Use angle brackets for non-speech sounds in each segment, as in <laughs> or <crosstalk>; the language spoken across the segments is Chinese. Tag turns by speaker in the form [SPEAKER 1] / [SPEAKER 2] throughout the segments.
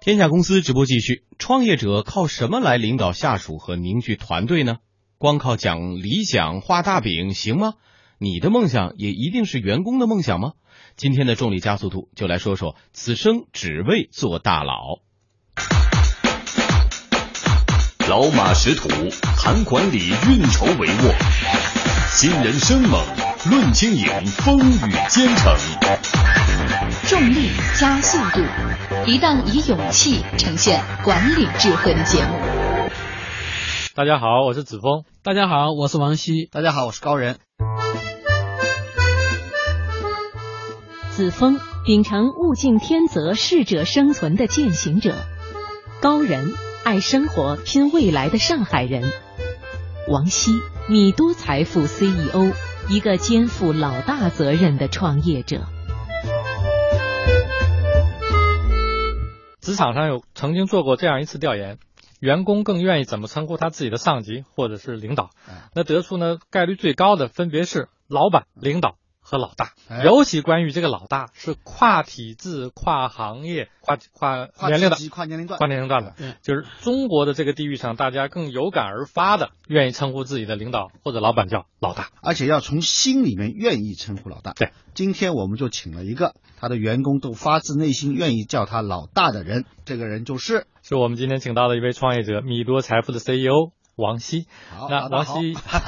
[SPEAKER 1] 天下公司直播继续。创业者靠什么来领导下属和凝聚团队呢？光靠讲理想、画大饼行吗？你的梦想也一定是员工的梦想吗？今天的重力加速度就来说说此生只为做大佬。
[SPEAKER 2] 老马识途，谈管理，运筹帷幄；新人生猛，论经营，风雨兼程。
[SPEAKER 3] 重力加速度，一档以勇气呈现管理智慧的节目。
[SPEAKER 4] 大家好，我是子峰。
[SPEAKER 5] 大家好，我是王希。
[SPEAKER 6] 大家好，我是高人。
[SPEAKER 7] 子峰秉承物竞天择、适者生存的践行者，高人爱生活、拼未来的上海人，王希米都财富 CEO，一个肩负老大责任的创业者。
[SPEAKER 4] 职场上有曾经做过这样一次调研，员工更愿意怎么称呼他自己的上级或者是领导？
[SPEAKER 6] 嗯
[SPEAKER 4] 那得出呢概率最高的分别是老板、领导和老大。
[SPEAKER 6] 哎
[SPEAKER 4] 尤其关于这个老大是跨体制、跨行业、跨跨年龄的
[SPEAKER 6] 跨职级跨年龄段嗯
[SPEAKER 4] 跨年龄段的，就是中国的这个地域上，大家更有感而发的愿意称呼自己的领导或者老板叫老大。
[SPEAKER 6] 而且要从心里面愿意称呼老大。
[SPEAKER 4] 对，
[SPEAKER 6] 今天我们就请了一个他的员工都发自内心愿意叫他老大的人，这个人就是
[SPEAKER 4] 是我们今天请到的一位创业者，米多财富的 CEO 王希。
[SPEAKER 6] 好
[SPEAKER 4] 那王
[SPEAKER 6] <laughs>
[SPEAKER 4] 希，
[SPEAKER 6] 老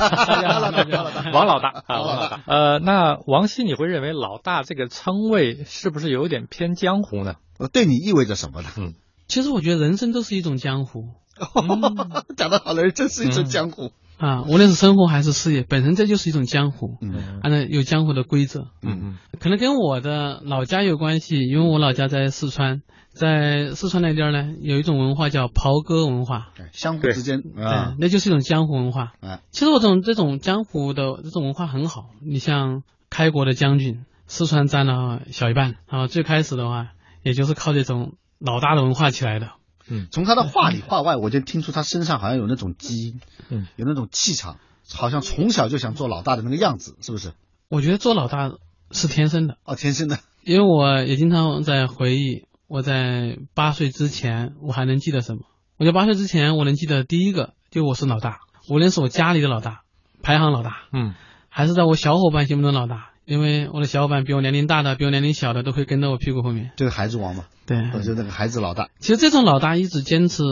[SPEAKER 6] 大好
[SPEAKER 4] 王老大啊，王
[SPEAKER 6] 王老
[SPEAKER 4] 老
[SPEAKER 6] 大
[SPEAKER 4] 大。呃，那王希，你会认为老大这个称谓是不是有点偏江湖
[SPEAKER 6] <laughs>
[SPEAKER 4] 呢？
[SPEAKER 6] 呃对你意味着什么呢？
[SPEAKER 4] 嗯
[SPEAKER 5] 其实我觉得人生都是一种江湖
[SPEAKER 6] <laughs>
[SPEAKER 4] 嗯
[SPEAKER 6] 讲的好的人真是一种江湖。
[SPEAKER 5] 啊，无论是生活还是事业，本身这就是一种江湖。
[SPEAKER 6] 嗯
[SPEAKER 5] 按照有江湖的规则，啊
[SPEAKER 6] 嗯
[SPEAKER 4] 嗯
[SPEAKER 5] 可能跟我的老家有关系，因为我老家在四川，在四川那地儿呢，有一种文化叫袍哥文化，
[SPEAKER 6] 哎相互之间啊
[SPEAKER 5] 对，，那就是一种江湖文化。
[SPEAKER 6] 哎
[SPEAKER 5] 其实我这种这种江湖的这种文化很好，你像开国的将军，四川占了小一半，啊，最开始的话，也就是靠这种老大的文化起来的。
[SPEAKER 6] 嗯从他的话里话外，我就听出他身上好像有那种基因，
[SPEAKER 4] 嗯，
[SPEAKER 6] 有那种气场，好像从小就想做老大的那个样子，是不是？
[SPEAKER 5] 我觉得做老大是天生的。
[SPEAKER 6] 哦，天生的，
[SPEAKER 5] 因为我也经常在回忆，我在八岁之前我还能记得什么？我在八岁之前，我能记得第一个就我是老大，无论是我家里的老大、排行老大，
[SPEAKER 4] 嗯
[SPEAKER 5] 还是在我小伙伴心目中的老大，因为我的小伙伴比我年龄大的、比我年龄小的都会跟到我屁股后面。
[SPEAKER 6] 就是孩子王嘛，
[SPEAKER 5] 对，
[SPEAKER 4] 嗯
[SPEAKER 6] 我就那个孩子老大。
[SPEAKER 5] 其实这种老大一直坚持，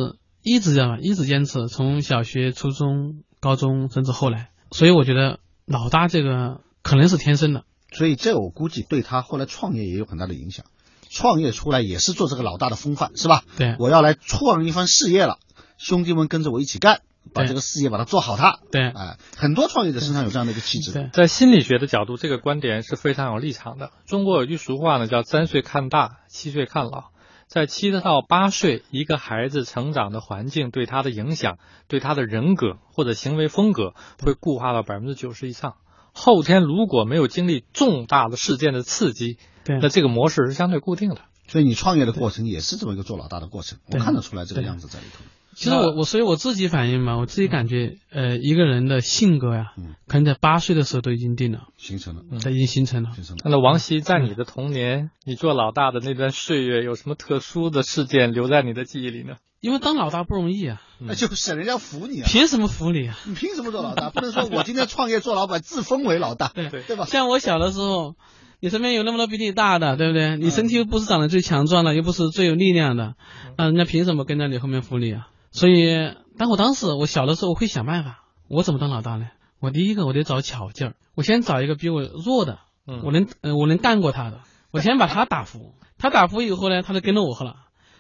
[SPEAKER 5] 一直啊，一直坚持，从小学、初中、高中，甚至后来，所以我觉得老大这个可能是天生的。
[SPEAKER 6] 所以这我估计对他后来创业也有很大的影响。创业出来也是做这个老大的风范，是吧？
[SPEAKER 5] 对
[SPEAKER 6] 我要来创一番事业了，兄弟们跟着我一起干，把
[SPEAKER 5] 对
[SPEAKER 6] 这个事业把它做好它。
[SPEAKER 5] 对
[SPEAKER 6] 哎、很多创业者身上有这样的一个气质。
[SPEAKER 5] 对，
[SPEAKER 4] 在心理学的角度，这个观点是非常有立场的。中国有句俗话呢，叫“三岁看大，七岁看老”。在七到八岁，一个孩子成长的环境对他的影响，对他的人格或者行为风格会固化到百分之九十以上。后天如果没有经历重大的事件的刺激，
[SPEAKER 5] 对
[SPEAKER 4] 那这个模式是相对固定的。
[SPEAKER 6] 所以你创业的过程也是这么一个做老大的过程，我
[SPEAKER 5] 对
[SPEAKER 6] 看得出来这个
[SPEAKER 5] 对
[SPEAKER 6] 样子在里头。
[SPEAKER 5] 其实我我所以我自己反应嘛，我自己感觉，呃，一个人的性格呀、
[SPEAKER 6] 嗯
[SPEAKER 5] 可能在八岁的时候都已经定了，
[SPEAKER 6] 形成了，
[SPEAKER 5] 它已经形成了。
[SPEAKER 6] 形成了。
[SPEAKER 4] 那王希，在你的童年，你做老大的那段岁月，有什么特殊的事件留在你的记忆里呢？
[SPEAKER 5] 因为当老大不容易啊，
[SPEAKER 6] 那就是人家服你啊，
[SPEAKER 5] 凭什么服你啊？
[SPEAKER 6] 你凭什么做老大？不能说我今天创业做老板，自封为老大，对对吧？
[SPEAKER 5] 像我小的时候，你身边有那么多比你大的，对不对？你身体又不是长得最强壮的，又不是最有力量的，那人家凭什么跟在你后面服你啊？所以，但我当时我小的时候，我会想办法，我怎么当老大呢？我第一个我得找巧劲儿，我先找一个比我弱的，
[SPEAKER 4] 嗯
[SPEAKER 5] 我能、呃、我能干过他的，我先把他打服，他打服以后呢，他就跟着我了。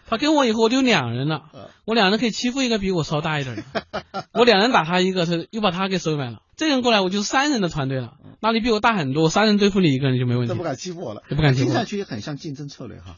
[SPEAKER 5] 他跟我以后我就有两人了，我两人可以欺负一个比我稍大一点的，我两人打他一个，他又把他给收买了。这人过来，我就是三人的团队了。那你比我大很多，三人对付你一个人就没问
[SPEAKER 6] 都
[SPEAKER 5] 题
[SPEAKER 6] 不。敢欺负我了，
[SPEAKER 5] 都不敢欺负我
[SPEAKER 6] 听上去也很像竞争策略哈。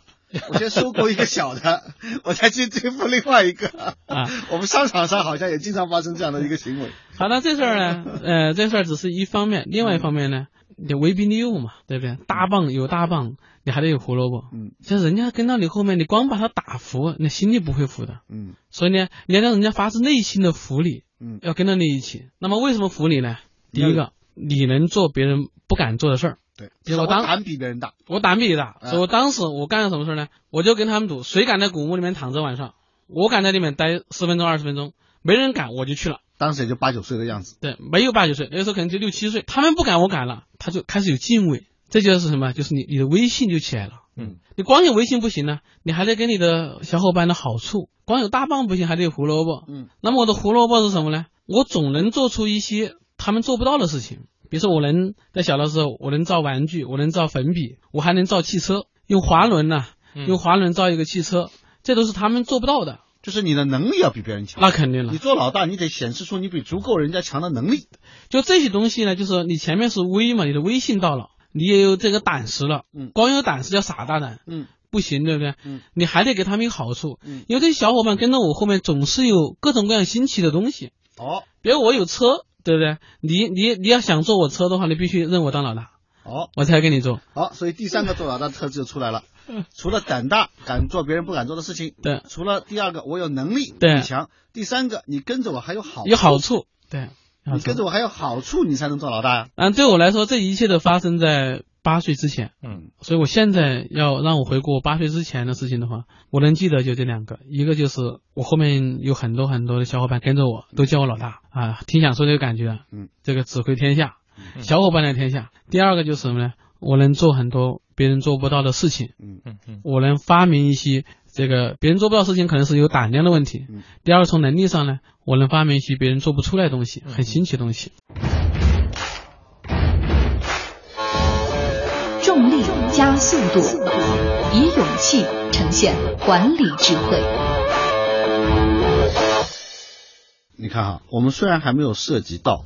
[SPEAKER 6] 我先收购一个小的， <laughs> 我才去对付另外一个。
[SPEAKER 5] 啊，
[SPEAKER 6] 我们商场上好像也经常发生这样的一个行为。
[SPEAKER 5] <laughs> 好，那这事儿呢，
[SPEAKER 6] <laughs>
[SPEAKER 5] 呃，这事儿只是一方面，另外一方面呢，你得威逼利诱嘛，对不对？大棒有大棒，你还得有胡萝卜。
[SPEAKER 6] 嗯，
[SPEAKER 5] 就是人家跟到你后面，你光把他打服，你心里不会服的。
[SPEAKER 6] 嗯，
[SPEAKER 5] 所以呢，你要让人家发自内心的服你，
[SPEAKER 6] 嗯
[SPEAKER 5] 要跟着你一起。那么为什么服你呢？第一个，你能做别人不敢做的事儿，
[SPEAKER 6] 对，
[SPEAKER 5] 结果当
[SPEAKER 6] 胆比别人大，
[SPEAKER 5] 我胆比你大，
[SPEAKER 6] 嗯
[SPEAKER 5] 所以我当时我干了什么事呢？我就跟他们赌，谁敢在古墓里面躺着晚上，我敢在里面待十分钟二十分钟，没人敢我就去了。
[SPEAKER 6] 当时也就八九岁的样子。
[SPEAKER 5] 对，没有八九岁，那时候可能就六七岁，他们不敢，我敢了，他就开始有敬畏。这就是什么？就是你你的威信就起来了。
[SPEAKER 4] 嗯，
[SPEAKER 5] 你光有威信不行呢，你还得给你的小伙伴的好处。光有大棒不行，还得有胡萝卜。
[SPEAKER 6] 嗯，
[SPEAKER 5] 那么我的胡萝卜是什么呢？我总能做出一些他们做不到的事情。比如说，我能在小的时候，我能造玩具，我能造粉笔，我还能造汽车，用滑轮呐、
[SPEAKER 4] 嗯
[SPEAKER 5] 用滑轮造一个汽车，这都是他们做不到的。
[SPEAKER 6] 就是你的能力要比别人强。
[SPEAKER 5] 那肯定了
[SPEAKER 6] 你，做老大，你得显示出你比足够人家强的能力。
[SPEAKER 5] 就这些东西呢，就是你前面是威嘛，你的威信到了，你也有这个胆识了。
[SPEAKER 6] 嗯
[SPEAKER 5] 光有胆识叫傻大胆，
[SPEAKER 6] 嗯，
[SPEAKER 5] 不行，对不对？
[SPEAKER 6] 嗯，
[SPEAKER 5] 你还得给他们一个好处，
[SPEAKER 6] 嗯
[SPEAKER 5] 因为这些小伙伴跟着我后面总是有各种各样新奇的东西。
[SPEAKER 6] 哦
[SPEAKER 5] 比如我有车，对不对？你你你要想坐我车的话，你必须认我当老大，
[SPEAKER 6] 哦
[SPEAKER 5] 我才跟你坐。
[SPEAKER 6] 好，所以第三个做老大的特质就出来
[SPEAKER 5] <laughs>
[SPEAKER 6] 了。除了胆大，敢做别人不敢做的事情。
[SPEAKER 5] 对
[SPEAKER 6] 除了第二个，我有能力，
[SPEAKER 5] 对
[SPEAKER 6] 比强。第三个，你跟着我还有好，
[SPEAKER 5] 有好，处，对，有好
[SPEAKER 6] 你
[SPEAKER 5] 处
[SPEAKER 6] 跟着我还有好处，你才能做老大呀。
[SPEAKER 5] 嗯，对我来说，这一切都发生在八岁之前。
[SPEAKER 4] 嗯，
[SPEAKER 5] 所以我现在要让我回顾我八岁之前的事情的话，我能记得就这两个，一个就是我后面有很多很多的小伙伴跟着我，都叫我老大啊，挺享受这个感觉。
[SPEAKER 6] 嗯，
[SPEAKER 5] 这个指挥天下，小伙伴的天下。第二个就是什么呢？我能做很多别人做不到的事情，
[SPEAKER 4] 嗯嗯
[SPEAKER 5] 我能发明一些这个别人做不到的事情，可能是有胆量的问题。
[SPEAKER 6] 嗯
[SPEAKER 5] 第二个从能力上呢，我能发明一些别人做不出来的东
[SPEAKER 6] 嗯
[SPEAKER 5] 西，很新奇的东西。
[SPEAKER 3] 重力加速度，以勇气呈现管理智慧。
[SPEAKER 6] 你看哈，我们虽然还没有涉及到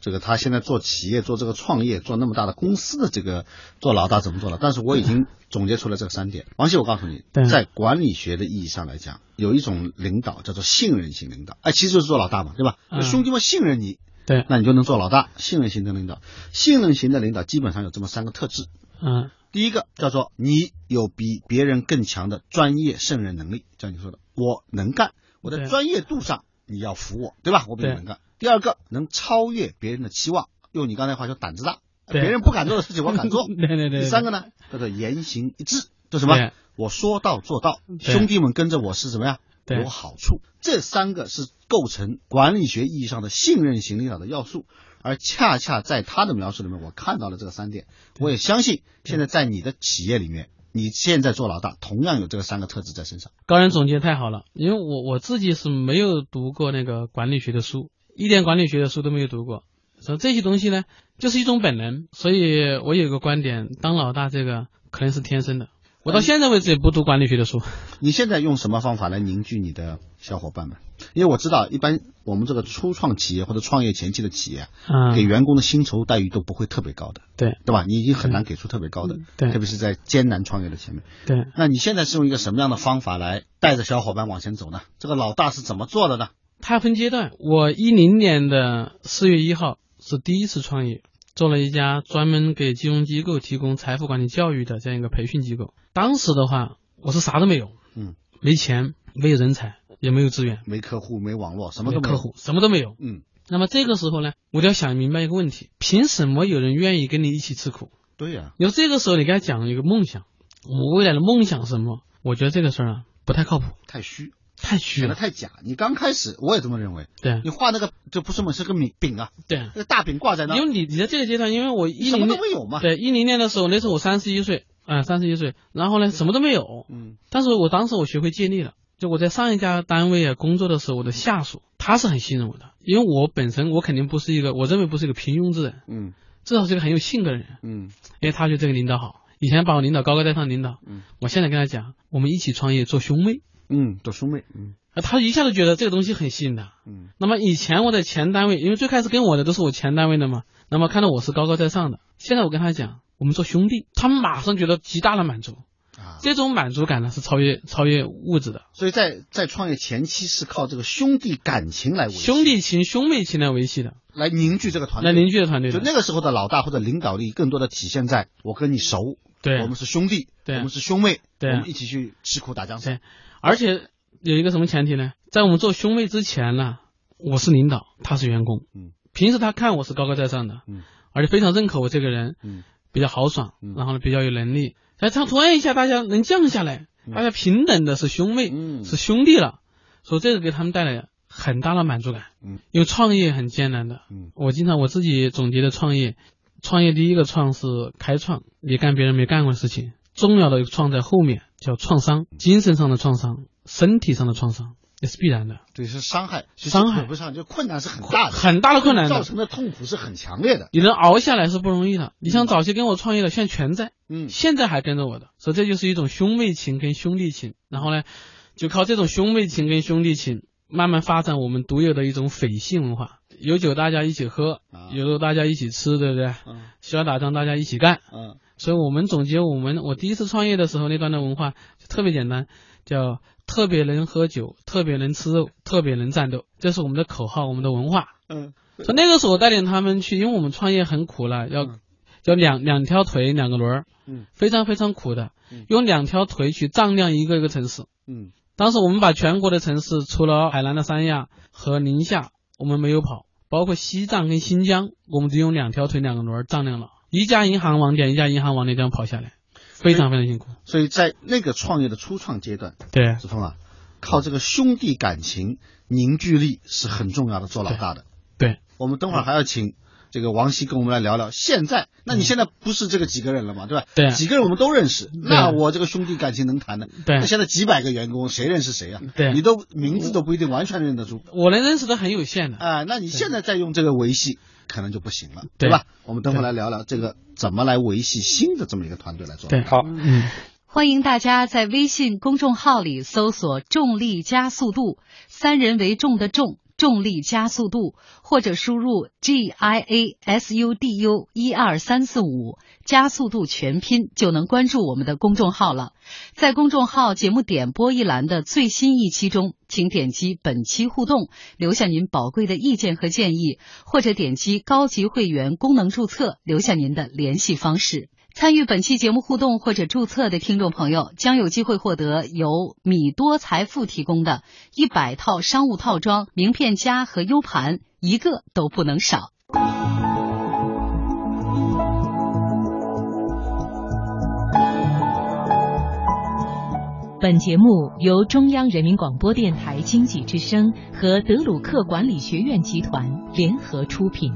[SPEAKER 6] 这个他现在做企业、做这个创业、做那么大的公司的这个做老大怎么做了，但是我已经总结出了这三点。王希，我告诉你
[SPEAKER 5] 对，
[SPEAKER 6] 在管理学的意义上来讲，有一种领导叫做信任型领导，哎，其实就是做老大嘛，对吧？
[SPEAKER 5] 嗯
[SPEAKER 6] 兄弟们信任你，
[SPEAKER 5] 对，
[SPEAKER 6] 那你就能做老大。信任型的领导，信任型的领导基本上有这么三个特质。
[SPEAKER 5] 嗯
[SPEAKER 6] 第一个叫做你有比别人更强的专业胜任能力，像你说的，我能干，我的
[SPEAKER 5] 对
[SPEAKER 6] 专业度上你要服我，对吧？我比你
[SPEAKER 5] 对
[SPEAKER 6] 能干。第二个，能超越别人的期望，用你刚才话说，胆子大，
[SPEAKER 5] 对
[SPEAKER 6] 别人不敢做的事情我敢做。
[SPEAKER 5] <laughs> 对对对对
[SPEAKER 6] 第三个呢，叫做言行一致，叫什么
[SPEAKER 5] 对？
[SPEAKER 6] 我说到做到，
[SPEAKER 5] 对
[SPEAKER 6] 兄弟们跟着我是什么呀？
[SPEAKER 5] 对
[SPEAKER 6] 有好处。这三个是构成管理学意义上的信任型领导的要素，而恰恰在他的描述里面，我看到了这个三点。我也相信，现在在你的企业里面，你现在做老大，同样有这个三个特质在身上。
[SPEAKER 5] 高人总结太好了，因为我我自己是没有读过那个管理学的书，一点管理学的书都没有读过。所以这些东西呢，就是一种本能。所以我有个观点，当老大这个可能是天生的。我到现在为止也不读管理学的书。
[SPEAKER 6] 你现在用什么方法来凝聚你的小伙伴们？因为我知道，一般我们这个初创企业或者创业前期的企业，啊给
[SPEAKER 5] 嗯，
[SPEAKER 6] 员工的薪酬待遇都不会特别高的，
[SPEAKER 5] 对嗯
[SPEAKER 6] 对吧？你已经很难给出特别高的，
[SPEAKER 5] 对
[SPEAKER 6] 特别是在艰难创业的前面。
[SPEAKER 5] 对，
[SPEAKER 6] 那你现在是用一个什么样的方法来带着小伙伴往前走呢？这个老大是怎么做的呢？
[SPEAKER 5] 它分阶段。我一零年的四月一号是第一次创业，做了一家专门给金融机构提供财富管理教育的这样一个培训机构。当时的话，我是啥都没有，
[SPEAKER 6] 嗯，
[SPEAKER 5] 没钱，没有人才，也没有资源，
[SPEAKER 6] 没客户，没网络，什么都
[SPEAKER 5] 没有
[SPEAKER 6] 没
[SPEAKER 5] 客
[SPEAKER 6] 有。
[SPEAKER 5] 户，什么都没有。
[SPEAKER 6] 嗯，
[SPEAKER 5] 那么这个时候呢，我就要想明白一个问题：凭什么有人愿意跟你一起吃苦？
[SPEAKER 6] 对呀、
[SPEAKER 5] 有这个时候，你给他讲一个梦想，我未来的梦想是什么？我觉得这个事儿啊不太靠谱，
[SPEAKER 6] 太虚，
[SPEAKER 5] 太虚
[SPEAKER 6] 显得
[SPEAKER 5] 了。
[SPEAKER 6] 太假。你刚开始我也这么认为，
[SPEAKER 5] 对
[SPEAKER 6] 你画那个就不是嘛，是个饼饼啊，
[SPEAKER 5] 对，
[SPEAKER 6] 那个大饼挂在那
[SPEAKER 5] 因，为你你在这个阶段，因为我一
[SPEAKER 6] 什
[SPEAKER 5] 零
[SPEAKER 6] 么都
[SPEAKER 5] 年
[SPEAKER 6] 没有嘛。
[SPEAKER 5] 对一零年的时候，那时候我三十一岁，啊三十一岁，然后呢什么都没有，
[SPEAKER 6] 嗯
[SPEAKER 5] 但是我当时我学会借力了。就我在上一家单位啊工作的时候，我的下属他是很信任我的，因为我本身我肯定不是一个，我认为不是一个平庸之人，
[SPEAKER 6] 嗯
[SPEAKER 5] 至少是一个很有性格的人。
[SPEAKER 6] 嗯
[SPEAKER 5] 因为他觉得这个领导好，以前把我领导高高在上领导，
[SPEAKER 6] 嗯，
[SPEAKER 5] 我现在跟他讲，我们一起创业做兄妹，
[SPEAKER 6] 嗯，做兄妹，嗯
[SPEAKER 5] 啊，他一下子觉得这个东西很吸引他。
[SPEAKER 6] 嗯
[SPEAKER 5] 那么以前我在前单位，因为最开始跟我的都是我前单位的嘛，那么看到我是高高在上的，现在我跟他讲，我们做兄弟，他们马上觉得极大的满足，
[SPEAKER 6] 啊。
[SPEAKER 5] 这种满足感呢是超越超越物质的，
[SPEAKER 6] 所以在在创业前期是靠这个兄弟感情来维系
[SPEAKER 5] 兄弟情、兄妹情来维系的，
[SPEAKER 6] 来凝聚这个团
[SPEAKER 5] 来
[SPEAKER 6] 队。
[SPEAKER 5] 凝聚的团队
[SPEAKER 6] 就
[SPEAKER 5] 的，
[SPEAKER 6] 那个时候的老大或者领导力，更多的体现在我跟你熟，
[SPEAKER 5] 对
[SPEAKER 6] 我们是兄弟，
[SPEAKER 5] 对
[SPEAKER 6] 我们是兄妹，
[SPEAKER 5] 对
[SPEAKER 6] 我们一起去吃苦打江山。
[SPEAKER 5] 对，而且有一个什么前提呢？在我们做兄妹之前呢，我是领导，他是员工。
[SPEAKER 6] 嗯，
[SPEAKER 5] 平时他看我是高高在上的，
[SPEAKER 6] 嗯，
[SPEAKER 5] 而且非常认可我这个人。
[SPEAKER 6] 嗯，
[SPEAKER 5] 比较豪爽
[SPEAKER 6] 嗯，
[SPEAKER 5] 然后呢比较有能力。哎，他突然一下大家能降下来，大家平等的是兄妹，
[SPEAKER 6] 嗯
[SPEAKER 5] 是兄弟了，所以这个给他们带来很大的满足感。
[SPEAKER 6] 嗯，
[SPEAKER 5] 因为创业很艰难的，
[SPEAKER 6] 嗯，
[SPEAKER 5] 我经常我自己总结的创业，创业第一个创是开创，你干别人没干过的事情，重要的创在后面，叫创伤，
[SPEAKER 6] 嗯
[SPEAKER 5] 精神上的创伤，身体上的创伤也是必然的，
[SPEAKER 6] 对，是伤害，其实
[SPEAKER 5] 伤害
[SPEAKER 6] 比不上，就困难是很大的，
[SPEAKER 5] 很大的困难
[SPEAKER 6] 造
[SPEAKER 5] 的。
[SPEAKER 6] 成的痛苦是很强烈的。
[SPEAKER 5] 你能熬下来是不容易的。你像早期跟我创业的，现在全在，
[SPEAKER 6] 嗯
[SPEAKER 5] 现在还跟着我的，所以这就是一种兄妹情跟兄弟情。然后呢，就靠这种兄妹情跟兄弟情，慢慢发展我们独有的一种匪性文化。有酒大家一起喝
[SPEAKER 6] 啊，
[SPEAKER 5] 有肉大家一起吃，对不对？
[SPEAKER 6] 嗯
[SPEAKER 5] 需要打仗大家一起干。
[SPEAKER 6] 嗯
[SPEAKER 5] 所以我们总结我们我第一次创业的时候那段的文化就特别简单，叫特别能喝酒，特别能吃肉，特别能战斗，这是我们的口号，我们的文化。
[SPEAKER 6] 嗯
[SPEAKER 5] 所以那个时候我带领他们去，因为我们创业很苦了，要、要两两条腿两个轮儿，
[SPEAKER 6] 嗯，
[SPEAKER 5] 非常非常苦的，用两条腿去丈量一个一个城市。
[SPEAKER 6] 嗯
[SPEAKER 5] 当时我们把全国的城市，除了海南的三亚和宁夏，我们没有跑，包括西藏跟新疆，我们只用两条腿两个轮儿丈量了，一家银行网点一家银行网点这样跑下来，非常非常辛苦。
[SPEAKER 6] 所以在那个创业的初创阶段，
[SPEAKER 5] 对
[SPEAKER 6] 子峰啊，靠这个兄弟感情凝聚力是很重要的，做老大的。
[SPEAKER 5] 对，
[SPEAKER 6] 我们等会儿还要请这个王希跟我们来聊聊。现在，那你现在不是这个几个人了嘛，对吧？
[SPEAKER 5] 对
[SPEAKER 6] 几个人我们都认识。那我这个兄弟感情能谈的，
[SPEAKER 5] 对
[SPEAKER 6] 那现在几百个员工，谁认识谁啊？
[SPEAKER 5] 对
[SPEAKER 6] 你都名字都不一定完全认得出。
[SPEAKER 5] 我能认识的很有限的，
[SPEAKER 6] 啊、那你现在再用这个维系，可能就不行了，
[SPEAKER 5] 对
[SPEAKER 6] 吧？我们等会儿来聊聊这个怎么来维系新的这么一个团队来做。
[SPEAKER 5] 对，
[SPEAKER 4] 好，
[SPEAKER 5] 嗯，
[SPEAKER 3] 欢迎大家在微信公众号里搜索“重力加速度”，三人为重的重，重力加速度，或者输入 G I A S U D U 一二三四五，加速度全拼就能关注我们的公众号了。在公众号节目点播一栏的最新一期中，请点击本期互动，留下您宝贵的意见和建议，或者点击高级会员功能注册，留下您的联系方式。参与本期节目互动或者注册的听众朋友，将有机会获得由米多财富提供的一百套商务套装、名片夹和 U 盘，一个都不能少。
[SPEAKER 7] 本节目由中央人民广播电台经济之声和德鲁克管理学院集团联合出品。